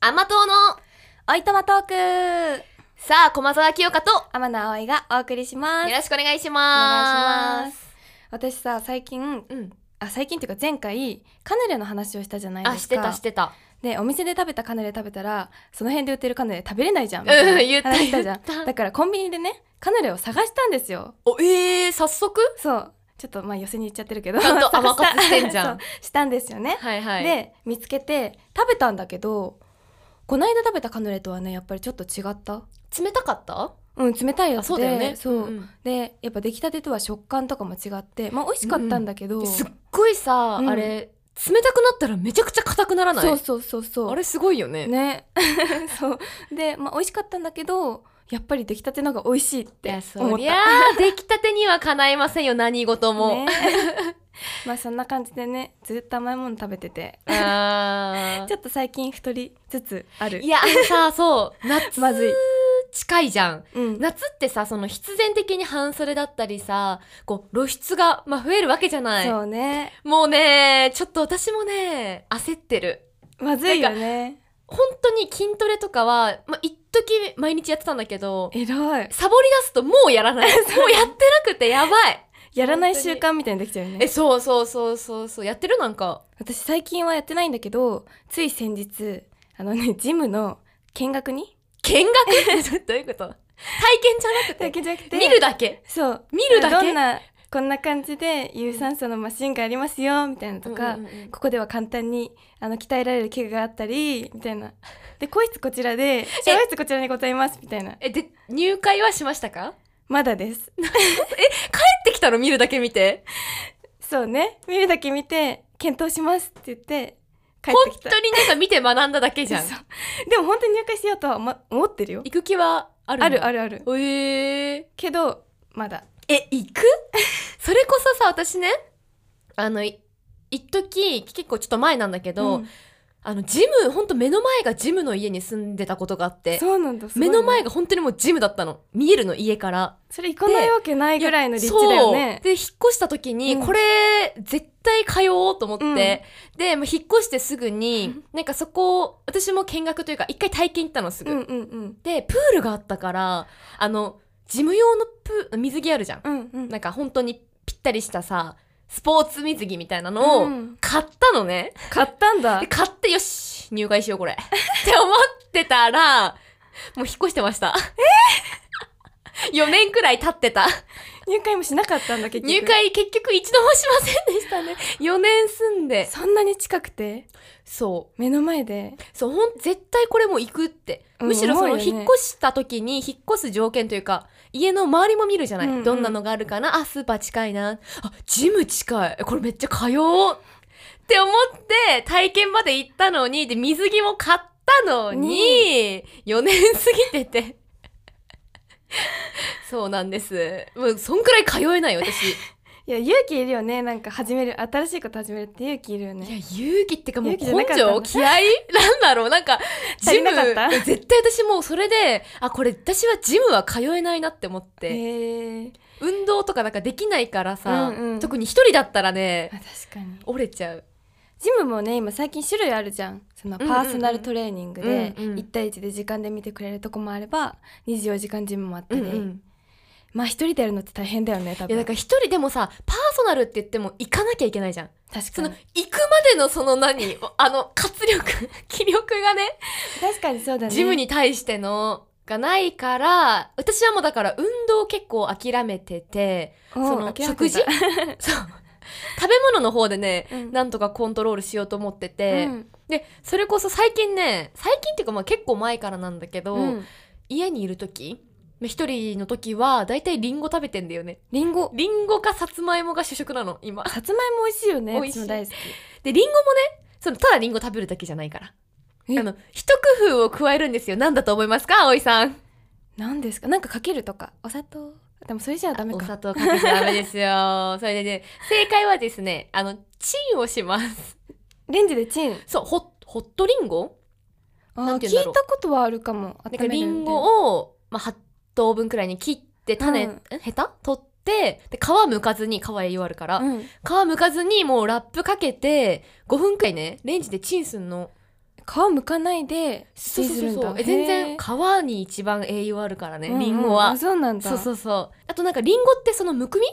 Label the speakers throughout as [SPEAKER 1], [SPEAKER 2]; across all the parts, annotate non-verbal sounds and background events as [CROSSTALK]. [SPEAKER 1] 甘党の
[SPEAKER 2] おいとまトーク
[SPEAKER 1] さあ駒沢清香とよ
[SPEAKER 2] 天野葵がお送りします
[SPEAKER 1] ろしくお願いします
[SPEAKER 2] お願いします私さ最近
[SPEAKER 1] うん
[SPEAKER 2] あ最近っていうか前回カヌレの話をしたじゃないです
[SPEAKER 1] あ
[SPEAKER 2] か
[SPEAKER 1] してたしてた
[SPEAKER 2] でお店で食べたカヌレ食べたらその辺で売ってるカヌレ食べれないじゃん
[SPEAKER 1] う
[SPEAKER 2] みたい
[SPEAKER 1] ん
[SPEAKER 2] な
[SPEAKER 1] [LAUGHS] 言った
[SPEAKER 2] 話し
[SPEAKER 1] 言
[SPEAKER 2] た
[SPEAKER 1] っ
[SPEAKER 2] じゃん
[SPEAKER 1] た
[SPEAKER 2] だからコンビニでねカヌレを探したんですよ
[SPEAKER 1] おえー、早速
[SPEAKER 2] そうちょっとまあ寄せに行っちゃってるけど
[SPEAKER 1] ち
[SPEAKER 2] [LAUGHS]
[SPEAKER 1] ゃんと甘
[SPEAKER 2] か
[SPEAKER 1] 活してんじゃ
[SPEAKER 2] [LAUGHS]
[SPEAKER 1] ん
[SPEAKER 2] したんですよね
[SPEAKER 1] はいはい
[SPEAKER 2] で見つけて食べたんだけどこの間食べたカヌレとはねやっぱりちょっと違った
[SPEAKER 1] 冷たかった
[SPEAKER 2] うん冷たいや
[SPEAKER 1] あ
[SPEAKER 2] つで
[SPEAKER 1] そうだよね
[SPEAKER 2] そう、
[SPEAKER 1] ん
[SPEAKER 2] でやっぱ出来たてとは食感とかも違ってまあ美味しかったんだけど、
[SPEAKER 1] うんすっごいさ、
[SPEAKER 2] うん
[SPEAKER 1] あれ冷たくなったらめちゃくちゃ硬くならない
[SPEAKER 2] そうそうそうそう
[SPEAKER 1] あれすごいよね
[SPEAKER 2] ね [LAUGHS] そうでまあ美味しかったんだけどやっぱり出来たての方が美味しいっ
[SPEAKER 1] い
[SPEAKER 2] て
[SPEAKER 1] や
[SPEAKER 2] 思
[SPEAKER 1] そ
[SPEAKER 2] っ
[SPEAKER 1] りゃ
[SPEAKER 2] た
[SPEAKER 1] あ [LAUGHS] 出来たてにはかないませんよ何事も、
[SPEAKER 2] ね [LAUGHS] まあそんな感じでねずっと甘いもの食べてて
[SPEAKER 1] あー
[SPEAKER 2] [LAUGHS] ちょっと最近太りつつある
[SPEAKER 1] いやあのさそう夏
[SPEAKER 2] [LAUGHS] まずい、
[SPEAKER 1] 近いじゃん
[SPEAKER 2] うん、
[SPEAKER 1] 夏ってさその必然的に半袖だったりさこう露出が、まあ、増えるわけじゃない
[SPEAKER 2] そうね
[SPEAKER 1] もうねちょっと私もね焦ってる
[SPEAKER 2] まずいよね
[SPEAKER 1] 本当に筋トレとかは、まあ、一時毎日やってたんだけど
[SPEAKER 2] 偉い
[SPEAKER 1] サボり出すともうやら
[SPEAKER 2] [LAUGHS]
[SPEAKER 1] ないもうやってなくてやばい
[SPEAKER 2] やらない習慣みたいにできちゃうよね
[SPEAKER 1] えそうそうそうそうそうやってるなんか
[SPEAKER 2] 私最近はやってないんだけどつい先日あのねジムの見学に
[SPEAKER 1] 見学
[SPEAKER 2] [LAUGHS]
[SPEAKER 1] ちょっとどういうこと体験じゃなくて
[SPEAKER 2] だけじゃなくて
[SPEAKER 1] 見るだけ
[SPEAKER 2] そう
[SPEAKER 1] 見るだけ
[SPEAKER 2] どんなこんな感じで有酸素のマシンがありますよみたいなとか、
[SPEAKER 1] うんうんうん
[SPEAKER 2] ここでは簡単にあの鍛えられる器具があったりみたいな
[SPEAKER 1] [LAUGHS]
[SPEAKER 2] で個室こちらで小室こちらにございますみたいな
[SPEAKER 1] えで入会はしましたか
[SPEAKER 2] まだです
[SPEAKER 1] 帰ってきたの見るだけ見て
[SPEAKER 2] そうね見るだけ見て検討しますって言って帰
[SPEAKER 1] 本
[SPEAKER 2] ってきた
[SPEAKER 1] 当になんか見て学んだだけじゃん
[SPEAKER 2] そうでも本当に入会しようとは思思ってるよ
[SPEAKER 1] 行く気はある
[SPEAKER 2] あるあ
[SPEAKER 1] る
[SPEAKER 2] るある
[SPEAKER 1] えー、
[SPEAKER 2] けどまだ
[SPEAKER 1] え行く [LAUGHS] それこそさ私ねあのい一時結構ちょっと前なんだけど、
[SPEAKER 2] うん
[SPEAKER 1] あのジムほんと目の前がジムの家に住んでたことがあって
[SPEAKER 2] そうなんだすごい
[SPEAKER 1] 目
[SPEAKER 2] ね
[SPEAKER 1] の前が本当にもうジムだったの見えるの家から
[SPEAKER 2] それ行かないわけないぐらいの立地だよ
[SPEAKER 1] そう
[SPEAKER 2] ね。
[SPEAKER 1] で引っ越した時に、
[SPEAKER 2] うん
[SPEAKER 1] これ絶対通おうと思って、で、まあ、引っ越してすぐに、なんかそこ私も見学というか一回体験行ったのすぐ、
[SPEAKER 2] うんうんうん
[SPEAKER 1] でプールがあったからあのジム用のプー水着あるじゃん、
[SPEAKER 2] うんうん。
[SPEAKER 1] なんか本当にぴったりしたさスポーツ水着みたいなの
[SPEAKER 2] う
[SPEAKER 1] を
[SPEAKER 2] ん
[SPEAKER 1] 買ったのね、
[SPEAKER 2] 買ったんだ
[SPEAKER 1] で。買ってよし入会しようこれって思ってたらもう引っ越してましたえ4年くらい経ってた
[SPEAKER 2] [LAUGHS] 入会もしなかったんだ結局。
[SPEAKER 1] 入会結局一度もしませんでしたね4年住んで
[SPEAKER 2] そんなに近くて
[SPEAKER 1] そう
[SPEAKER 2] 目の前で。
[SPEAKER 1] そうほん絶対これもう行くって、
[SPEAKER 2] うん
[SPEAKER 1] むしろその
[SPEAKER 2] 思うよね
[SPEAKER 1] 引っ越した時に引っ越す条件というか家の周りも見るじゃない、
[SPEAKER 2] うんうん
[SPEAKER 1] どんなのがあるかなあスーパー近いなあジム近いこれめっちゃ通おうって思って体験まで行ったのにで水着も買ったのに、4年過ぎてて [LAUGHS] そうなんですもうそんくらい通えない私
[SPEAKER 2] いや勇気いるよねなんか始める新しいこと始めるって勇気いるよ
[SPEAKER 1] いや
[SPEAKER 2] ね。
[SPEAKER 1] 勇気ってかもう
[SPEAKER 2] 勇気
[SPEAKER 1] 根
[SPEAKER 2] じゃなかった
[SPEAKER 1] 性
[SPEAKER 2] ん
[SPEAKER 1] 気
[SPEAKER 2] だ [LAUGHS]
[SPEAKER 1] 合いなんだろうなんか
[SPEAKER 2] 足
[SPEAKER 1] ジ
[SPEAKER 2] り
[SPEAKER 1] ム
[SPEAKER 2] なかった
[SPEAKER 1] 絶対私もうそれであこれ私はジムは通えないなって思って
[SPEAKER 2] へえ。
[SPEAKER 1] 運動とかなんかできないからさ、
[SPEAKER 2] うんうん
[SPEAKER 1] 特に一人だったらね
[SPEAKER 2] あ確かに。
[SPEAKER 1] 折れちゃう
[SPEAKER 2] ジムもね今最近種類あるじゃんそのパーソナルトレーニングで
[SPEAKER 1] うんうんうん
[SPEAKER 2] 1対1で時間で見てくれるとこもあれば24時間ジムもあった
[SPEAKER 1] うん
[SPEAKER 2] り、
[SPEAKER 1] うん
[SPEAKER 2] まあ一人でやるのって大変だよね
[SPEAKER 1] い
[SPEAKER 2] 多
[SPEAKER 1] や
[SPEAKER 2] 分
[SPEAKER 1] だから一人でもさパーソナルって言っても行かなきゃいけないじゃん
[SPEAKER 2] 確
[SPEAKER 1] そ
[SPEAKER 2] か
[SPEAKER 1] の
[SPEAKER 2] に
[SPEAKER 1] 行くまでのその何あの活力 [LAUGHS] 気力がね
[SPEAKER 2] 確かにそうだね
[SPEAKER 1] ジムに対してのがないから私はもうだから運動結構諦めてて
[SPEAKER 2] そ
[SPEAKER 1] その食
[SPEAKER 2] [LAUGHS]
[SPEAKER 1] 事そう食べ物の方でね、
[SPEAKER 2] うん
[SPEAKER 1] なんとかコントロールしようと思ってて、
[SPEAKER 2] うん
[SPEAKER 1] でそれこそ最近ね最近っていうかまあ結構前からなんだけど、
[SPEAKER 2] うん
[SPEAKER 1] 家にいる時まあ一人の時は大体リンゴ食べてんだよね
[SPEAKER 2] リンゴ
[SPEAKER 1] リンゴかさつまいもが主食なの今
[SPEAKER 2] さつまいも美味しいよね
[SPEAKER 1] 美味しい
[SPEAKER 2] 私も大好き
[SPEAKER 1] でリンゴもねそのただリンゴ食べるだけじゃないから
[SPEAKER 2] え
[SPEAKER 1] あの一工夫を加えるんですよ何だと思いますか葵さん
[SPEAKER 2] 何ですかなんかかけるとかお砂糖でもそれじゃダメ
[SPEAKER 1] お
[SPEAKER 2] か
[SPEAKER 1] 砂糖かけちゃダメですよそれでね正解はですねあのチンをします
[SPEAKER 2] レンジでチン
[SPEAKER 1] そうホッホットリンゴ
[SPEAKER 2] あ
[SPEAKER 1] な
[SPEAKER 2] ー
[SPEAKER 1] んて
[SPEAKER 2] 聞
[SPEAKER 1] 言うんだろう
[SPEAKER 2] いたことはあるかも
[SPEAKER 1] なんかリン
[SPEAKER 2] を
[SPEAKER 1] ゴを、まあ、8等分くらいに切って種、
[SPEAKER 2] うん
[SPEAKER 1] えヘタ取ってで皮むかずに皮栄養あるから、皮むかずにもうラップかけて5分くらいねレンジでチンすんの
[SPEAKER 2] 皮むかないで
[SPEAKER 1] そうそうそう
[SPEAKER 2] チンする
[SPEAKER 1] そ
[SPEAKER 2] ん
[SPEAKER 1] う
[SPEAKER 2] だ
[SPEAKER 1] え全然
[SPEAKER 2] へー
[SPEAKER 1] 皮に一番栄養あるからね
[SPEAKER 2] うんうん
[SPEAKER 1] りんごは、
[SPEAKER 2] あそうなんだ
[SPEAKER 1] そうそうそうあとなんかりんごってそのむくみ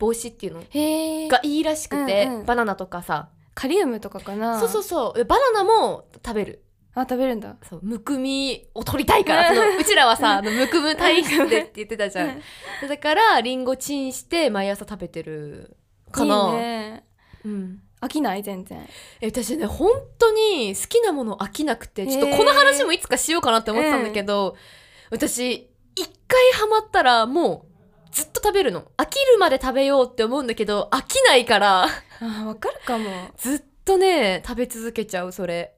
[SPEAKER 1] 防止っていうの
[SPEAKER 2] へえ
[SPEAKER 1] がいいらしくて、
[SPEAKER 2] うんうん
[SPEAKER 1] バナナとかさ
[SPEAKER 2] カリウムとかかな
[SPEAKER 1] そうそうそうでバナナも食べる
[SPEAKER 2] あ食べるんだ
[SPEAKER 1] そうむくみを取りたい
[SPEAKER 2] [LAUGHS]
[SPEAKER 1] からそのうちらはさあのむくむ体質でって言ってたじゃんだからりんごチンして毎朝食べてるかない
[SPEAKER 2] いね
[SPEAKER 1] うん
[SPEAKER 2] 飽きない全然
[SPEAKER 1] え私ね本当に好きなもの飽きなくてちょっとこの話もいつかしようかなって思ってたんだけど、私一回ハマったらもうずっと食べるの飽きるまで食べようって思うんだけど飽きないから [LAUGHS]
[SPEAKER 2] あわかるかも
[SPEAKER 1] ずっとね食べ続けちゃうそれ、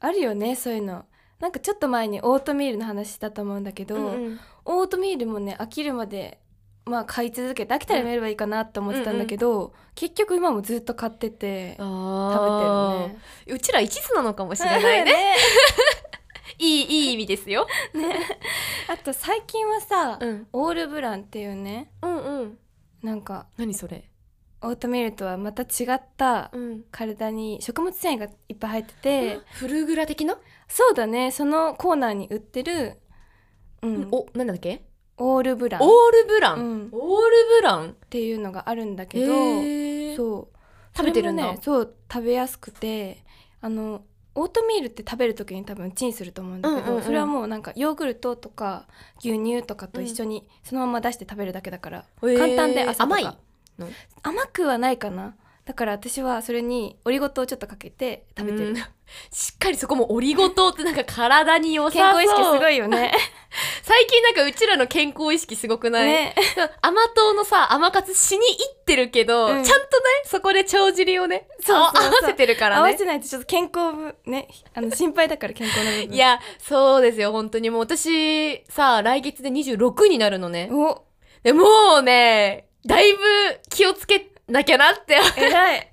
[SPEAKER 2] あるよねそういうのなんかちょっと前にオートミールの話したと思うんだけど、
[SPEAKER 1] うん
[SPEAKER 2] オートミールもね飽きるまでまあ買い続けて飽きたらやめればいいかなって思ってたんだけど、結局今もずっと買ってて食べ
[SPEAKER 1] あ
[SPEAKER 2] てる
[SPEAKER 1] ー
[SPEAKER 2] ね
[SPEAKER 1] うちら一途なのかもしれないね [LAUGHS] いいいい意味ですよ、
[SPEAKER 2] [LAUGHS] あと最近はさ、
[SPEAKER 1] うん、
[SPEAKER 2] オールブランっていうね
[SPEAKER 1] うんうん
[SPEAKER 2] なんか
[SPEAKER 1] 何それ
[SPEAKER 2] オートミールとはまた違った
[SPEAKER 1] うん
[SPEAKER 2] 体に食物繊維がいっぱい入ってて、
[SPEAKER 1] フルグラ的な、
[SPEAKER 2] そうだねそのコーナーに売ってる、うん、
[SPEAKER 1] おなんだっけ
[SPEAKER 2] オールブラン
[SPEAKER 1] オールブラン、
[SPEAKER 2] うん
[SPEAKER 1] オールブラン
[SPEAKER 2] っていうのがあるんだけど、
[SPEAKER 1] へー
[SPEAKER 2] そう
[SPEAKER 1] 食べてるんだ
[SPEAKER 2] それもねそう食べやすくてあのオートミールって食べる時に多分チンすると思うんだけど、
[SPEAKER 1] うんうんうん
[SPEAKER 2] それはもうなんかヨーグルトとか牛乳とかと一緒にそのまま出して食べるだけだから、
[SPEAKER 1] へー
[SPEAKER 2] 簡単で朝とか
[SPEAKER 1] 甘いの
[SPEAKER 2] 甘くはないかなだから私はそれにオリゴ糖をちょっとかけて食べてる、
[SPEAKER 1] うんしっかりそこもオリゴ糖ってなんか体に良さそう
[SPEAKER 2] [LAUGHS] 健康意識すごい
[SPEAKER 1] [LAUGHS]
[SPEAKER 2] よね
[SPEAKER 1] 最近なんかうちらの健康意識すごくない、
[SPEAKER 2] ね
[SPEAKER 1] 甘党のさ甘活しにいってるけど、
[SPEAKER 2] うん
[SPEAKER 1] ちゃんとねそこで帳尻をね
[SPEAKER 2] そうそうそう
[SPEAKER 1] あ合わせてるから
[SPEAKER 2] 合
[SPEAKER 1] ね
[SPEAKER 2] わせないとちょっと健康ぶねあの心配だから健康な部分
[SPEAKER 1] いや、そうですよ、本当に。もう私、さ、来月で26になるのね。
[SPEAKER 2] お
[SPEAKER 1] でもうね、だいぶ気をつけなきゃなって [LAUGHS]
[SPEAKER 2] 偉い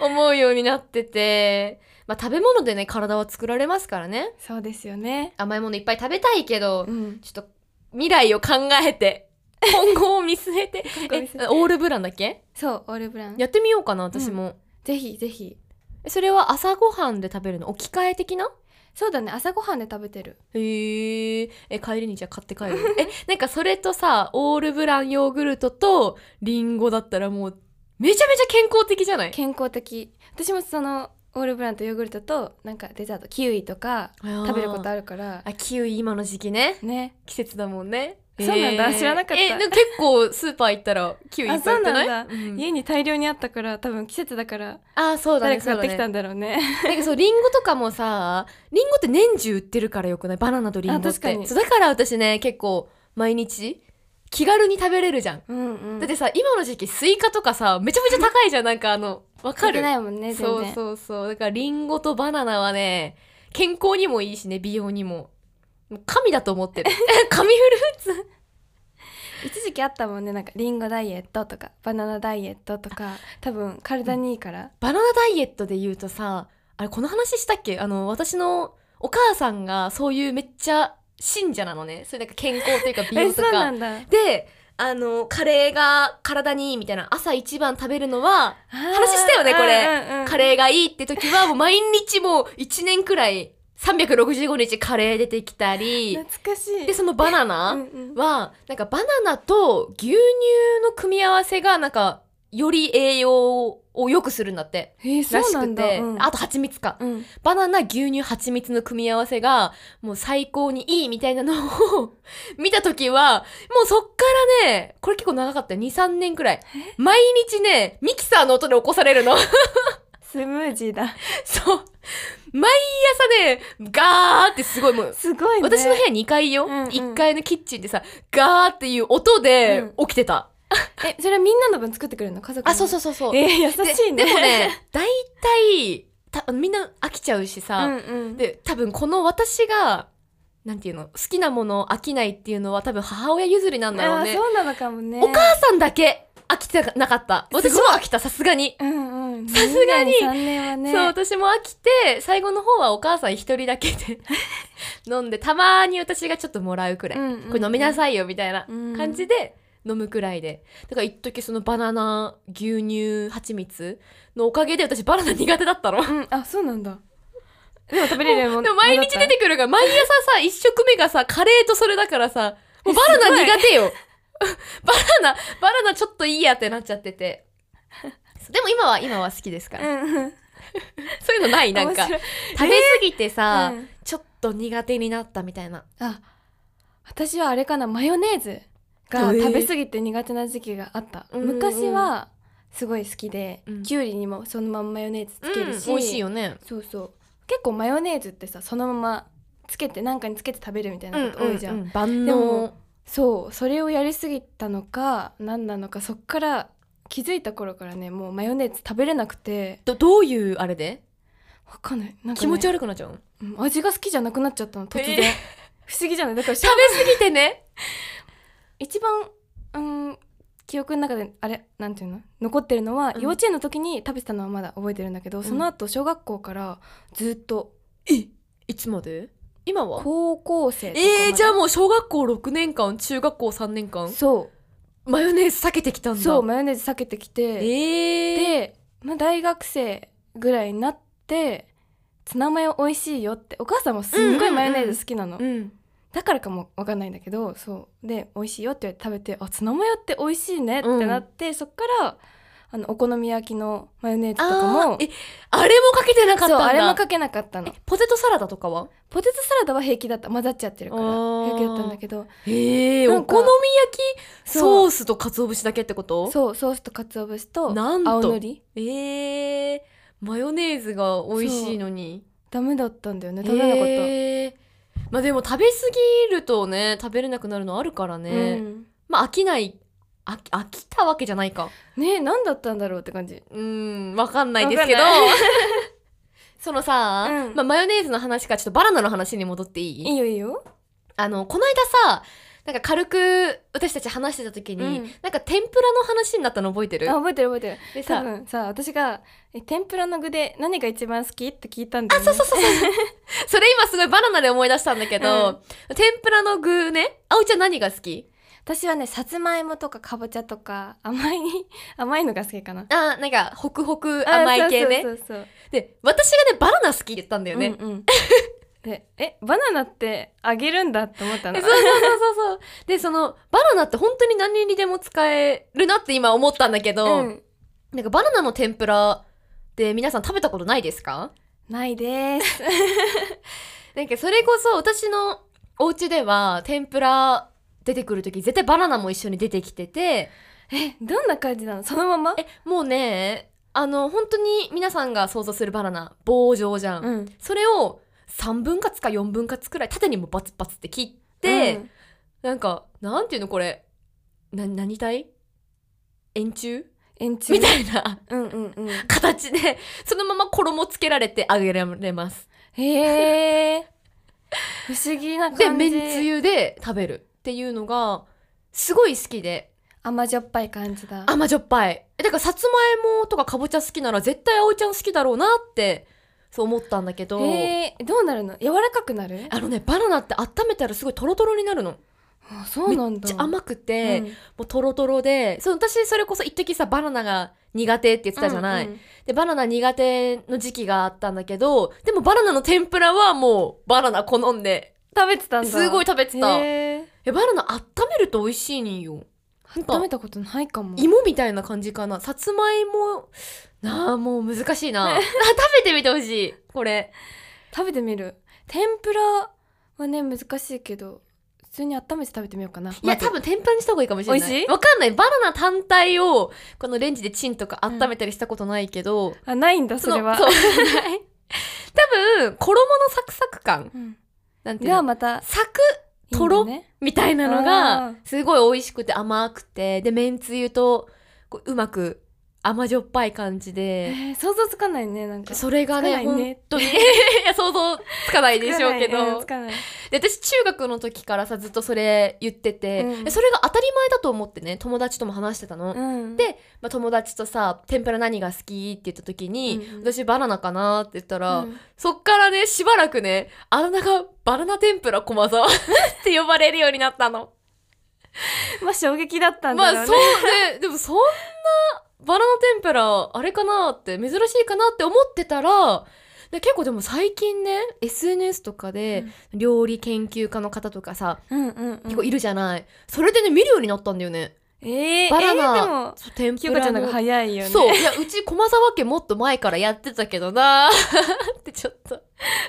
[SPEAKER 1] 思うようになってて、まあ食べ物でね、体は作られますからね。
[SPEAKER 2] そうですよね
[SPEAKER 1] 甘いものいっぱい食べたいけど
[SPEAKER 2] う、ん
[SPEAKER 1] ちょっと未来を考え
[SPEAKER 2] [LAUGHS]
[SPEAKER 1] て、今後を見据えて、
[SPEAKER 2] 後を見据えて
[SPEAKER 1] えオールブランだっけ
[SPEAKER 2] そうオールブラン
[SPEAKER 1] やってみようかな、私も。
[SPEAKER 2] ぜひぜひ
[SPEAKER 1] えそれは朝ごはんで食べるの置き換え的な
[SPEAKER 2] そうだね朝ごはんで食べてる
[SPEAKER 1] へえ。え、帰りにじゃあ買って帰る。 [LAUGHS] え、なんかそれとさ、オールブランヨーグルトとリンゴだったらもう、めちゃめちゃ健康的じゃない
[SPEAKER 2] 健康的私もそのオールブランとヨーグルトとなんかデザートキウイとか食べること
[SPEAKER 1] ある。
[SPEAKER 2] あるから
[SPEAKER 1] あ、キウイ今の時期ね。
[SPEAKER 2] ね
[SPEAKER 1] 季節だもんね。
[SPEAKER 2] そうなんだ知らなかった
[SPEAKER 1] え、でも結構スーパー行ったらキウイいっぱい売ってない
[SPEAKER 2] あそう
[SPEAKER 1] うん
[SPEAKER 2] 家に大量にあったから多分季節だから
[SPEAKER 1] あ、そうだ
[SPEAKER 2] 誰
[SPEAKER 1] ね。
[SPEAKER 2] か買ってきた
[SPEAKER 1] ん
[SPEAKER 2] んだろうね
[SPEAKER 1] なんかそう、リンゴとかもさ、リンゴって年中売ってるからよくないバナナとリンゴって。
[SPEAKER 2] あ確かに
[SPEAKER 1] そうだから私ね、結構毎日気軽に食べれるじゃん。
[SPEAKER 2] [LAUGHS] うんうん
[SPEAKER 1] だってさ今の時期スイカとかさめちゃめちゃ高いじゃんなんかあのわ
[SPEAKER 2] 買
[SPEAKER 1] か
[SPEAKER 2] って
[SPEAKER 1] る
[SPEAKER 2] ないもんね全
[SPEAKER 1] そう
[SPEAKER 2] 然
[SPEAKER 1] そうそうだからリンゴとバナナはね健康にもいいしね美容にももう神だと思
[SPEAKER 2] [LAUGHS]
[SPEAKER 1] ってる神フルーツ
[SPEAKER 2] 一時期あったもんねなんかリンゴダイエットとかバナナダイエットとか多分体にいいから
[SPEAKER 1] バナナダイエットで言うとさあれこの話したっけあの私のお母さんがそういうめっちゃ信者なのねそれなんか健康というか美
[SPEAKER 2] [LAUGHS] え
[SPEAKER 1] 容と
[SPEAKER 2] そうな
[SPEAKER 1] か
[SPEAKER 2] んだ
[SPEAKER 1] であのカレーが体にいいみたいな朝一番食べるのは
[SPEAKER 2] 話
[SPEAKER 1] したよねこれカ
[SPEAKER 2] ー
[SPEAKER 1] レーがいいって時はもう毎日もう1年くらい365日カレー出てきたり
[SPEAKER 2] 懐かしい
[SPEAKER 1] でそのバナ
[SPEAKER 2] うん
[SPEAKER 1] ナ
[SPEAKER 2] うん
[SPEAKER 1] はなんかバナナと牛乳の組み合わせがなんかより栄養を良くするんだって。
[SPEAKER 2] えー
[SPEAKER 1] ら
[SPEAKER 2] そ
[SPEAKER 1] し
[SPEAKER 2] うな
[SPEAKER 1] く
[SPEAKER 2] んだ
[SPEAKER 1] て、
[SPEAKER 2] うん
[SPEAKER 1] あと蜂蜜か。
[SPEAKER 2] うん
[SPEAKER 1] バナナ、牛乳、蜂蜜の組み合わせが、もう最高にいいみたいなのを [LAUGHS] 見たときは、もうそっからね、これ結構長かったよ。2、3年くらい。毎日ね、ミキサーの音で起こされるの。 [LAUGHS]
[SPEAKER 2] スムージーだ
[SPEAKER 1] そう。毎朝ね、ガーってすごいもう、
[SPEAKER 2] すごいね
[SPEAKER 1] 私の部屋2階よ。
[SPEAKER 2] うんうん
[SPEAKER 1] 1階のキッチンでさ、ガーっていう音で
[SPEAKER 2] うん
[SPEAKER 1] 起きてた。
[SPEAKER 2] えそれはみんなの分作ってくれるの家族の
[SPEAKER 1] あ、そうそうそうそう。
[SPEAKER 2] えー、優
[SPEAKER 1] で
[SPEAKER 2] しいね
[SPEAKER 1] でもね、大体、たみんな飽きちゃうし
[SPEAKER 2] う
[SPEAKER 1] さ、
[SPEAKER 2] んうん
[SPEAKER 1] で、多分この私が、なんていうの、好きなもの飽きないっていうのは多分母親譲りなんだろ
[SPEAKER 2] あ
[SPEAKER 1] う
[SPEAKER 2] ー
[SPEAKER 1] ね。
[SPEAKER 2] そうなのかもね
[SPEAKER 1] お母さんだけ飽きてなかった。
[SPEAKER 2] すごい
[SPEAKER 1] 私も飽きた、さすがに。
[SPEAKER 2] うんうん
[SPEAKER 1] さすがに
[SPEAKER 2] 三年はね
[SPEAKER 1] そう私も飽きて最後の方はお母さん一人だけ
[SPEAKER 2] [LAUGHS]
[SPEAKER 1] で飲んでたまーに私がちょっともらうくらい、
[SPEAKER 2] うんうんうん
[SPEAKER 1] これ飲みなさいよみたいな
[SPEAKER 2] うん
[SPEAKER 1] 感じで飲むくらいでだから一時そのバナナ牛乳蜂蜜のおかげで私バナナ苦手だったの
[SPEAKER 2] うんあそうなんだでも食べれるもん
[SPEAKER 1] でも毎日出てくるから、毎朝さ、一食目がさ、カレーとそれだからさ、もうバナナ
[SPEAKER 2] すごい
[SPEAKER 1] 苦手よ。 [LAUGHS] バナナ、バナナちょっといいやってなっちゃってて。 [LAUGHS] でも今は、今は好きですから。
[SPEAKER 2] うん
[SPEAKER 1] そういうのないなんか。
[SPEAKER 2] 面白い
[SPEAKER 1] 食べ過ぎてさ、
[SPEAKER 2] うん
[SPEAKER 1] ちょっと苦手になったみたいな。
[SPEAKER 2] あ私はあれかなマヨネーズ
[SPEAKER 1] え
[SPEAKER 2] が
[SPEAKER 1] ー
[SPEAKER 2] 食べ過ぎて苦手な時期があった、
[SPEAKER 1] うんうん
[SPEAKER 2] 昔はすごい好きで、
[SPEAKER 1] うん
[SPEAKER 2] きゅうりにもそのまんまマヨネーズつけるし、
[SPEAKER 1] うん美味しいよね。
[SPEAKER 2] そうそう結構マヨネーズってさそのままつけてなんかにつけて食べるみたいなこと多いじゃ
[SPEAKER 1] う
[SPEAKER 2] ん、
[SPEAKER 1] うう万
[SPEAKER 2] で
[SPEAKER 1] 能
[SPEAKER 2] も。そうそれをやりすぎたのか何なのかそっから気づいた頃からねもうマヨネーズ食べれなくて
[SPEAKER 1] ど、どういうあれで
[SPEAKER 2] わかんないなんか、ね、
[SPEAKER 1] 気持ち悪くなっちゃうの
[SPEAKER 2] うん味が好きじゃなくなっちゃったの突然、
[SPEAKER 1] えー
[SPEAKER 2] [LAUGHS] 不思議じゃないだからし
[SPEAKER 1] 食べ過ぎてね。
[SPEAKER 2] 一番うん記憶の中であれなんていうの残ってるのは、
[SPEAKER 1] うん
[SPEAKER 2] 幼稚園の時に食べてたのはまだ覚えてるんだけど、
[SPEAKER 1] ん
[SPEAKER 2] その後小学校からずっと
[SPEAKER 1] いつまで今は
[SPEAKER 2] 高校生とかまで
[SPEAKER 1] えー、じゃあもう小学校6年間、中学校3年間、
[SPEAKER 2] そ
[SPEAKER 1] マヨネーズ避けてきたん
[SPEAKER 2] う
[SPEAKER 1] だ。
[SPEAKER 2] そうマヨネーズ避けてき
[SPEAKER 1] え
[SPEAKER 2] て、
[SPEAKER 1] ー、
[SPEAKER 2] で、まあ、大学生ぐらいになってツナマヨ美味しいよってお母さんもすんごいマヨネーズ好きなの、
[SPEAKER 1] うん。
[SPEAKER 2] だからかもわかんないんだけどそうで美味しいよって言われて食べてあツナマヨって美味しいねってなって、そっからあのお好み焼きのマヨネーズとか
[SPEAKER 1] あ
[SPEAKER 2] も
[SPEAKER 1] ーえ、あれもかけてなかった
[SPEAKER 2] そ
[SPEAKER 1] ん
[SPEAKER 2] う
[SPEAKER 1] だ。
[SPEAKER 2] あれもかけなかった
[SPEAKER 1] え
[SPEAKER 2] の
[SPEAKER 1] ポテトサラダとかは
[SPEAKER 2] ポテトサラダは平気だった混ざっちゃってるから
[SPEAKER 1] あー
[SPEAKER 2] 平気だったんだけど
[SPEAKER 1] ええ
[SPEAKER 2] な
[SPEAKER 1] お
[SPEAKER 2] んか
[SPEAKER 1] 好み焼きソ
[SPEAKER 2] そう
[SPEAKER 1] ースと鰹節だけってこと
[SPEAKER 2] そうソースと鰹節と
[SPEAKER 1] なんと
[SPEAKER 2] 青のり
[SPEAKER 1] ええマヨネーズが美味しいのに
[SPEAKER 2] ダメだったんだよね食べなかった、
[SPEAKER 1] ええまあでも食べ過ぎるとね食べれなくなるのあるからね、
[SPEAKER 2] うん
[SPEAKER 1] まあ飽きない飽き飽きたわけじゃないか
[SPEAKER 2] ねえ何だったんだろうって感じ
[SPEAKER 1] うんわかんないですけど
[SPEAKER 2] わかん
[SPEAKER 1] [LAUGHS] そのさ、
[SPEAKER 2] うん
[SPEAKER 1] まあ、マヨネーズの話からちょっとバナナの話に戻っていい
[SPEAKER 2] いいよいいよ
[SPEAKER 1] あの、この間さ、なんか軽く私たち話してた時に、
[SPEAKER 2] うん
[SPEAKER 1] なんか天ぷらの話になったの覚えてる
[SPEAKER 2] あ覚えてる覚えてる
[SPEAKER 1] で
[SPEAKER 2] 多
[SPEAKER 1] さ、
[SPEAKER 2] 分さ私がえ天ぷらの具で何が一番好きって聞いたんだよ、ね、あそうそう
[SPEAKER 1] [LAUGHS] それ今すごいバナナで思い出したんだけど、天ぷらの具ね、あおちゃん何が好き
[SPEAKER 2] 私はねさつまいもとかかぼちゃとか甘い [LAUGHS] 甘いのが好きかな
[SPEAKER 1] あ、なんかホクホク甘い系ね
[SPEAKER 2] あ。そうそうそう
[SPEAKER 1] で、私がね、バナナ好きって言ったんだよ
[SPEAKER 2] そう、
[SPEAKER 1] ね。
[SPEAKER 2] うんうん、でえバナナってあげるんだって思った
[SPEAKER 1] で
[SPEAKER 2] の
[SPEAKER 1] そうそうそうそうそう。で、その、バナナって本当に何にでも使えるなって今思ったんだけど、
[SPEAKER 2] うん
[SPEAKER 1] なんかバナナの天ぷらって皆さん食べたことないですか
[SPEAKER 2] ないです。
[SPEAKER 1] なんかそれこそ私のお家では天ぷら出てくる時絶対バナナも一緒に出てきてて
[SPEAKER 2] え、どんな感じなのそのまま
[SPEAKER 1] えもうねあの本当に皆さんが想像するバナナ棒状じゃん、
[SPEAKER 2] うん。
[SPEAKER 1] それを3分割か4分割くらい縦にもバツバツって切って、
[SPEAKER 2] うん、
[SPEAKER 1] なんかなんていうのこれな何体円柱
[SPEAKER 2] 円柱。
[SPEAKER 1] みたいな
[SPEAKER 2] うんうんうん。
[SPEAKER 1] 形でそのまま衣つけられて揚げられます
[SPEAKER 2] へえ。不思議な
[SPEAKER 1] で
[SPEAKER 2] 感
[SPEAKER 1] め
[SPEAKER 2] じ。
[SPEAKER 1] んつゆで食べるっていうのがすごい好きで
[SPEAKER 2] 甘じょっぱい感じだ。
[SPEAKER 1] 甘じょっぱい。えだから、さつまいもとかかぼちゃ好きなら、絶対葵ちゃん好きだろうなって、そう思ったんだけど、
[SPEAKER 2] へえ。どうなるの柔らかくなる
[SPEAKER 1] あのね、バナナって温めたらすごいトロトロになるの。
[SPEAKER 2] あ、そうなん
[SPEAKER 1] めっ
[SPEAKER 2] だ。
[SPEAKER 1] ちゃ甘くて、
[SPEAKER 2] うん
[SPEAKER 1] もうトロトロで、そう、私それこそ一時さ、バナナが苦手って言ってたじゃない。
[SPEAKER 2] うんうん
[SPEAKER 1] で、バナナ苦手の時期があったんだけど、でもバナナの天ぷらはもう、バナナ好んで、
[SPEAKER 2] 食べてたんだ。
[SPEAKER 1] すごい食べてた。え、
[SPEAKER 2] へえ。
[SPEAKER 1] バナナ温めると美味しいによ。なんか
[SPEAKER 2] 食べたことないかも。
[SPEAKER 1] 芋みたいな感じかなさつまいもなあもう難しいな [LAUGHS] 食べてみてほしいこれ
[SPEAKER 2] 食べてみる。天ぷらはね、難しいけど、普通に温めて食べてみようかな。
[SPEAKER 1] いや
[SPEAKER 2] まず
[SPEAKER 1] 多。分天ぷらにした方がいいかもしれない
[SPEAKER 2] 美味しい
[SPEAKER 1] わかんないバナナ単体をこのレンジでチンとか温めたりしたことないけど、
[SPEAKER 2] あ、ないんだ、そ
[SPEAKER 1] の
[SPEAKER 2] れは。
[SPEAKER 1] そう [LAUGHS] 多分衣のサクサク感
[SPEAKER 2] うん。
[SPEAKER 1] なんていう
[SPEAKER 2] が
[SPEAKER 1] の
[SPEAKER 2] また、
[SPEAKER 1] サクとろ
[SPEAKER 2] いいんだね
[SPEAKER 1] みたいなの
[SPEAKER 2] あ
[SPEAKER 1] が
[SPEAKER 2] ー
[SPEAKER 1] すごい美味しくて甘くてでめんつゆとこううまく甘じょっぱい感じで
[SPEAKER 2] えー想像つかないねなんか
[SPEAKER 1] それがね
[SPEAKER 2] つかないね
[SPEAKER 1] 本当に [LAUGHS] いや想像つかないでしょうけど
[SPEAKER 2] つかない
[SPEAKER 1] で私中学の時からさずっとそれ言ってて、
[SPEAKER 2] うん
[SPEAKER 1] でそれが当たり前だと思ってね友達とも話してたの、
[SPEAKER 2] えーつかないうん
[SPEAKER 1] でまあ、友達とさ「天ぷら何が好き?」って言った時に、
[SPEAKER 2] うんうん
[SPEAKER 1] 私バナナかなって言ったら、
[SPEAKER 2] うん
[SPEAKER 1] そっからねしばらくねあだ名がバナナ天ぷら駒
[SPEAKER 2] [LAUGHS]
[SPEAKER 1] 沢って呼ばれるようになったの。
[SPEAKER 2] まあ衝撃だったん
[SPEAKER 1] ま
[SPEAKER 2] だ
[SPEAKER 1] あ
[SPEAKER 2] ろうね、
[SPEAKER 1] そうねでもそんなバナナ天ぷらあれかなって珍しいかなって思ってたらで結構でも最近ね SNS とかで料理研究家の方とかさ、
[SPEAKER 2] うんうんうん
[SPEAKER 1] 結構いるじゃないそれでね見るようになったんだよね
[SPEAKER 2] えー、
[SPEAKER 1] バナナ
[SPEAKER 2] えー、でも
[SPEAKER 1] そう天
[SPEAKER 2] 清
[SPEAKER 1] ぷ
[SPEAKER 2] 香ちゃ
[SPEAKER 1] ら
[SPEAKER 2] んの方
[SPEAKER 1] の
[SPEAKER 2] が早いよね
[SPEAKER 1] そういやうち駒沢家もっと前からやってたけどな [LAUGHS] ってちょっと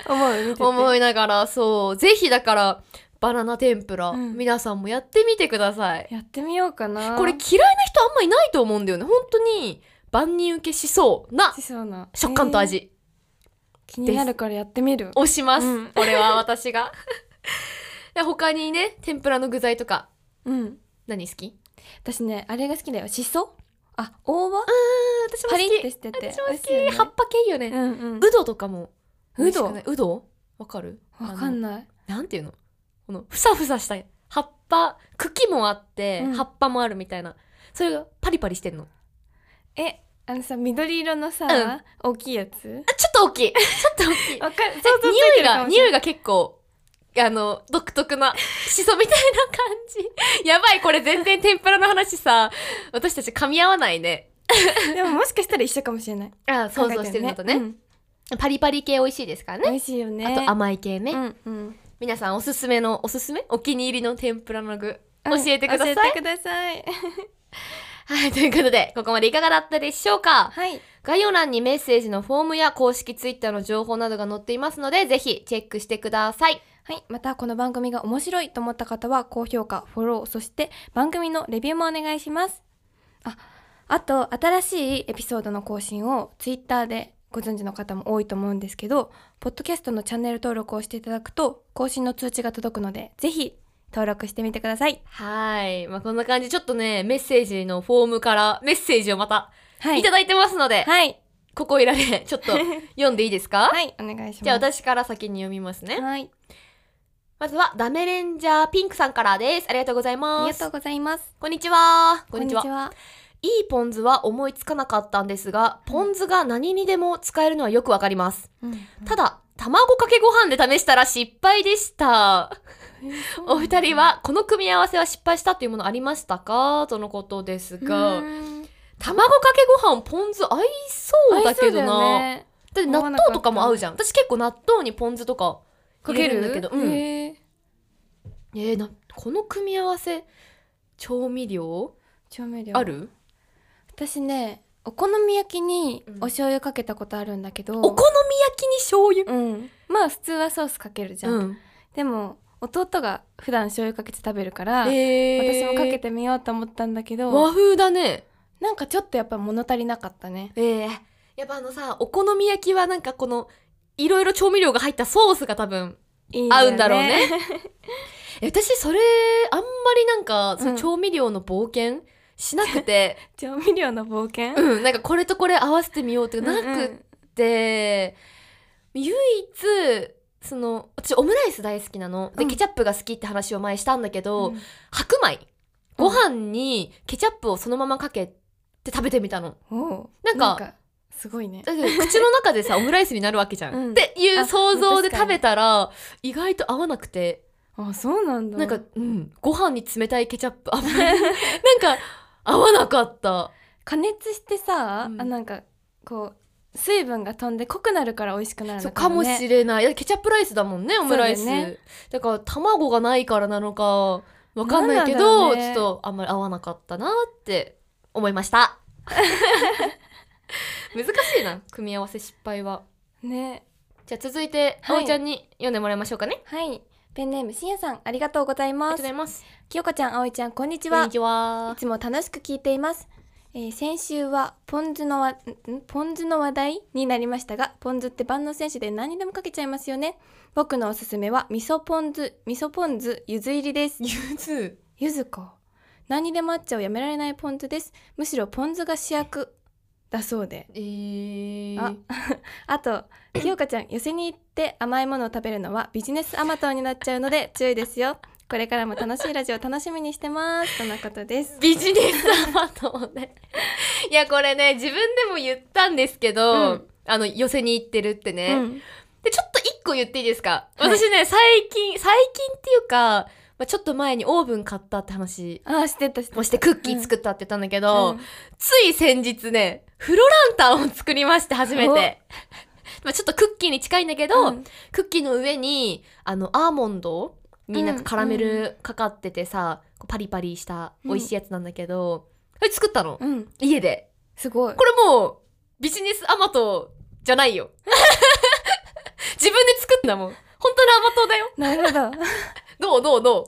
[SPEAKER 2] 思う見てて
[SPEAKER 1] 思いながらそうぜひだからバナナ天ぷら、
[SPEAKER 2] うん
[SPEAKER 1] 皆さんもやってみてください
[SPEAKER 2] やってみようかな
[SPEAKER 1] これ嫌いな人あんまいないと思うんだよね本当に万人受けしそうな
[SPEAKER 2] しそうな
[SPEAKER 1] 食感と味、
[SPEAKER 2] えー気になるからやってみる
[SPEAKER 1] 押します、
[SPEAKER 2] うん
[SPEAKER 1] これは私が [LAUGHS] で他にね天ぷらの具材とか
[SPEAKER 2] うん
[SPEAKER 1] 何好き
[SPEAKER 2] 私ねあれが好きだよしそあ大葉
[SPEAKER 1] 私
[SPEAKER 2] パリってしてて
[SPEAKER 1] 私も好き、
[SPEAKER 2] 美味しい
[SPEAKER 1] 葉
[SPEAKER 2] よね
[SPEAKER 1] っぱ系いいよね、
[SPEAKER 2] うんうん
[SPEAKER 1] うどとかも美
[SPEAKER 2] うど
[SPEAKER 1] 味しくないうどわかる
[SPEAKER 2] わかんない
[SPEAKER 1] あのなんていうのこのふさふさした葉っぱ茎もあって、
[SPEAKER 2] うん
[SPEAKER 1] 葉っぱもあるみたいなそれがパリパリしてんの
[SPEAKER 2] えあのさ緑色のさ、大きいやつ
[SPEAKER 1] あちょっと大きいちょっと大きい
[SPEAKER 2] わかる
[SPEAKER 1] え匂いが匂い
[SPEAKER 2] が
[SPEAKER 1] が結構あの独特なしそみたいな感 [LAUGHS] じやばいこれ全然天ぷらの話さ私たち噛み合わないね
[SPEAKER 2] でももしかしたら一緒かもしれない
[SPEAKER 1] あ想像してるのとね
[SPEAKER 2] うん
[SPEAKER 1] パリパリ系美味しいですから
[SPEAKER 2] 美
[SPEAKER 1] ね
[SPEAKER 2] 味しいよね
[SPEAKER 1] あと甘い系ね、
[SPEAKER 2] うんうん
[SPEAKER 1] 皆さんおすすめのおすすめお気に入りの天ぷらの具教
[SPEAKER 2] うん
[SPEAKER 1] えてください、
[SPEAKER 2] 教えてください
[SPEAKER 1] はいということでここまでいかがだったでしょうか
[SPEAKER 2] はい
[SPEAKER 1] 概要欄にメッセージのフォームや公式ツイッターの情報などが載っていますのでぜひチェックしてください
[SPEAKER 2] はい。また、この番組が面白いと思った方は、高評価、フォロー、そして番組のレビューもお願いします。あ、あと、新しいエピソードの更新をツイッターでご存知の方も多いと思うんですけど、ポッドキャストのチャンネル登録をしていただくと、更新の通知が届くので、ぜひ登録してみてください。
[SPEAKER 1] はい、まあ、こんな感じちょっとねメッセージのフォームからメッセージをまた
[SPEAKER 2] はい。
[SPEAKER 1] いただいてますので、
[SPEAKER 2] はい。
[SPEAKER 1] ここいられ、ちょっ
[SPEAKER 2] [LAUGHS]
[SPEAKER 1] と読んでいいですか、
[SPEAKER 2] はい。お願いします。
[SPEAKER 1] じゃあ私から先に読みますね。
[SPEAKER 2] はい。
[SPEAKER 1] まずは、ダメレンジャーピンクさんからです。ありがとうござい
[SPEAKER 2] あり
[SPEAKER 1] ま
[SPEAKER 2] がと
[SPEAKER 1] す
[SPEAKER 2] う。ございます。
[SPEAKER 1] こんにちは。こんにちは。
[SPEAKER 2] はい
[SPEAKER 1] いポン酢は思いつかなかったんですが、ポン酢が何にでも使えるのはよくわかります。ただ、卵かけご飯で試したら失敗でした。お二人は、この組み合わせは失敗したというものありましたかとのことですが、
[SPEAKER 2] うん
[SPEAKER 1] 卵かけご飯、ポン酢合いそうだけどな。
[SPEAKER 2] 合いそうだよね
[SPEAKER 1] だって納豆とかも合うじゃん私結構納豆にポン酢とか
[SPEAKER 2] か
[SPEAKER 1] か
[SPEAKER 2] け
[SPEAKER 1] ける
[SPEAKER 2] る
[SPEAKER 1] んだけど、うんえ
[SPEAKER 2] へー
[SPEAKER 1] ーなこの組み合わせ調味料
[SPEAKER 2] 調味料
[SPEAKER 1] ある
[SPEAKER 2] 私ねお好み焼きにお醤油かけたことあるんだけど、うん、
[SPEAKER 1] お好み焼きに醤油
[SPEAKER 2] まあ普通はソースかけるじゃん、
[SPEAKER 1] うん
[SPEAKER 2] でも弟が普段醤油かけて食べるから、
[SPEAKER 1] え
[SPEAKER 2] 私もかけ
[SPEAKER 1] て
[SPEAKER 2] てみようと思ったんだけど
[SPEAKER 1] 和風だね
[SPEAKER 2] なんかちょっとやっぱ物足りなかったね
[SPEAKER 1] ええやっぱあのさお好み焼きはなんかこのいろいろ調味料が入ったソースが多分
[SPEAKER 2] いい
[SPEAKER 1] 合うんだろうね [LAUGHS] え私それあんまりなんか、そう
[SPEAKER 2] うん
[SPEAKER 1] 調味料の冒険しなく [LAUGHS] て、
[SPEAKER 2] 調味料の冒険、
[SPEAKER 1] うん、なんかこれとこれ合わせてみようって [LAUGHS] なくてって唯一その私オムライス大好きなので、
[SPEAKER 2] うん
[SPEAKER 1] ケチャップが好きって話を前したんだけど、
[SPEAKER 2] うん
[SPEAKER 1] 白米ご飯にケチャップをそのままかけて食べてみたの
[SPEAKER 2] おう
[SPEAKER 1] なんか
[SPEAKER 2] すごいね
[SPEAKER 1] だけど口の中 [LAUGHS] でさオムライスになるわけじゃん、
[SPEAKER 2] うん
[SPEAKER 1] ってい
[SPEAKER 2] あ
[SPEAKER 1] う想像で
[SPEAKER 2] 確か
[SPEAKER 1] 食
[SPEAKER 2] に
[SPEAKER 1] べたら意外と合わなくて、
[SPEAKER 2] あそうなんだ
[SPEAKER 1] なんか、うん、ご飯に冷たいケチャップあんまりなんか合わなかった
[SPEAKER 2] [LAUGHS] 加熱してさ、
[SPEAKER 1] うん
[SPEAKER 2] あなんかこう水分が飛んで濃くなるから美味しくなるの
[SPEAKER 1] そうかもしれないいやケチャップライスだもんねオムライス
[SPEAKER 2] そう
[SPEAKER 1] だ,、
[SPEAKER 2] だよね
[SPEAKER 1] から卵がないからなのかわかんないけ
[SPEAKER 2] な
[SPEAKER 1] ど、
[SPEAKER 2] ん
[SPEAKER 1] ちょ
[SPEAKER 2] なんだろうね
[SPEAKER 1] っとあんまり合わなかったなって思いました [LAUGHS] 難しいな組み合わせ失敗は
[SPEAKER 2] ね
[SPEAKER 1] じゃあ続いて
[SPEAKER 2] はい
[SPEAKER 1] 葵ちゃんに読んでもらいましょうかね、
[SPEAKER 2] はいペンネームしんやさんありがとうござい
[SPEAKER 1] ありがとうご
[SPEAKER 2] ます
[SPEAKER 1] ざいます
[SPEAKER 2] きよこちゃんあおいちゃんこんにち
[SPEAKER 1] こん
[SPEAKER 2] は
[SPEAKER 1] にちはい
[SPEAKER 2] つも楽しく聞いています、えー先週はポン酢のわんポン酢の話題になりましたがポン酢って万能選手で何にでもかけちゃいますよね僕のおすすめは味噌ポン酢味噌ポン酢柚子入りです
[SPEAKER 1] ゆず
[SPEAKER 2] 柚子か何にでもあっちゃをやめられないポン酢ですむしろポン酢が主役だそうで
[SPEAKER 1] えー、
[SPEAKER 2] ああと清香ちゃん寄せに行って甘いものを食べるのはビジネスアマトになっちゃうので注意ですよこれからも楽しいラジオ楽しみにしてますとのことです
[SPEAKER 1] ビジネスアマトね [LAUGHS] いやこれね自分でも言ったんですけど、
[SPEAKER 2] うん
[SPEAKER 1] あの寄せに行ってるってね、
[SPEAKER 2] うん
[SPEAKER 1] で、ちょっと一個言っていいですか、
[SPEAKER 2] はい
[SPEAKER 1] 私ね、最近、最近っていうか、まあ、ちょっと前にオーブン買ったって話
[SPEAKER 2] あーしてたしてた
[SPEAKER 1] をしてクッキー作ったって言ったんだけど、
[SPEAKER 2] うん
[SPEAKER 1] つい先日ね、フロランタンを作りまして、初めて。 [LAUGHS] まあちょっとクッキーに近いんだけど、
[SPEAKER 2] うん
[SPEAKER 1] クッキーの上にあのアーモンドになんかカラメルかかっててさ、こうパリパリした美味しいやつなんだけど、それ作ったの、
[SPEAKER 2] うん、
[SPEAKER 1] 家で。
[SPEAKER 2] すごい
[SPEAKER 1] これもうビジネスアマトじゃないよ。 [LAUGHS] 自分で作ったもん。本当のアマトだよ。
[SPEAKER 2] なるほど
[SPEAKER 1] どうどうどう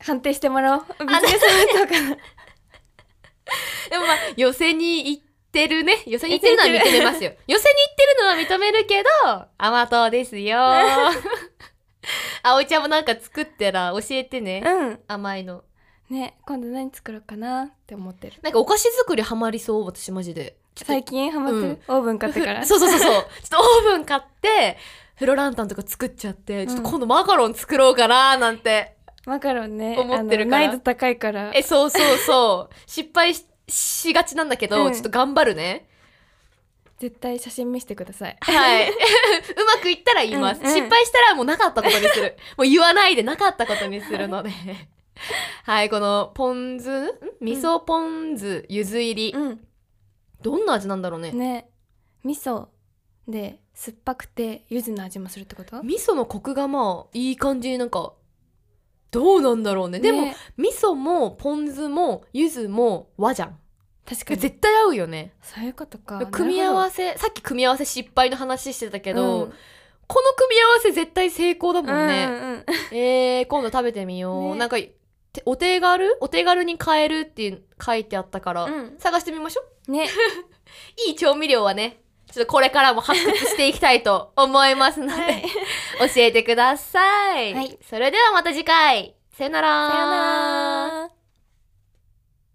[SPEAKER 2] 判定してもらお
[SPEAKER 1] [LAUGHS]
[SPEAKER 2] うビジネスマンとか
[SPEAKER 1] でもまあ、寄せに行ってるね。寄せに行ってるのは認めますよ。寄せに行ってるのは認めるけど、甘党ですよ。 [LAUGHS] 葵ちゃんもなんか作ったら教えて [LAUGHS] ね。
[SPEAKER 2] うん
[SPEAKER 1] 甘いの。
[SPEAKER 2] ね今度何作ろうかなって思ってる
[SPEAKER 1] なんかお菓子作りハマりそう、私マジで。
[SPEAKER 2] 最近ハマってる、オーブン買ってか
[SPEAKER 1] [LAUGHS]
[SPEAKER 2] ら
[SPEAKER 1] そうそうそう
[SPEAKER 2] [LAUGHS]
[SPEAKER 1] そう。ちょっとオーブン買って、フロランタンとか作っちゃって、ちょっと今度マカロン作ろうかななんて。
[SPEAKER 2] マカロンね
[SPEAKER 1] 思ってるから
[SPEAKER 2] あの難易度高いから
[SPEAKER 1] え、そうそうそう。失敗ししがちなんだけど、
[SPEAKER 2] うん
[SPEAKER 1] ちょっと頑張る
[SPEAKER 2] [LAUGHS]
[SPEAKER 1] ね。
[SPEAKER 2] 絶対写真見せてください
[SPEAKER 1] はい。うまくいったら言います。
[SPEAKER 2] うんうん
[SPEAKER 1] 失敗したらもうなかったことにする。もう言わないでなかったことにするので。はい、このポン酢ん味噌ポン酢ゆず入り。
[SPEAKER 2] うん
[SPEAKER 1] どんな味なんだろうね。
[SPEAKER 2] ね味噌で酸っぱくて柚子の味もするってこと
[SPEAKER 1] 味噌のコクがまあ、いい感じになんか、どうなんだろうね。でも、
[SPEAKER 2] ね
[SPEAKER 1] 味噌もポン酢もゆずも和じゃん。
[SPEAKER 2] 確かに
[SPEAKER 1] 絶対合うよね。
[SPEAKER 2] そういうことか
[SPEAKER 1] 組み合
[SPEAKER 2] せ
[SPEAKER 1] わせ、さっき組み合わせ失敗の話してたけ
[SPEAKER 2] け
[SPEAKER 1] ど、この組み合わせ絶対成功だもんね。
[SPEAKER 2] うん
[SPEAKER 1] えー、今度食べてみよう。
[SPEAKER 2] ね
[SPEAKER 1] なんか、てお手軽お手軽に買えるっていう書いてあったから、
[SPEAKER 2] うん
[SPEAKER 1] 探してみましょう。
[SPEAKER 2] うんね
[SPEAKER 1] [LAUGHS] いい調味料はね、ちょっとこれからも発掘していきたいと思いますので、 [LAUGHS]
[SPEAKER 2] はい
[SPEAKER 1] 教えてください。
[SPEAKER 2] はい
[SPEAKER 1] それではまた次回。さよなら。
[SPEAKER 2] さよなら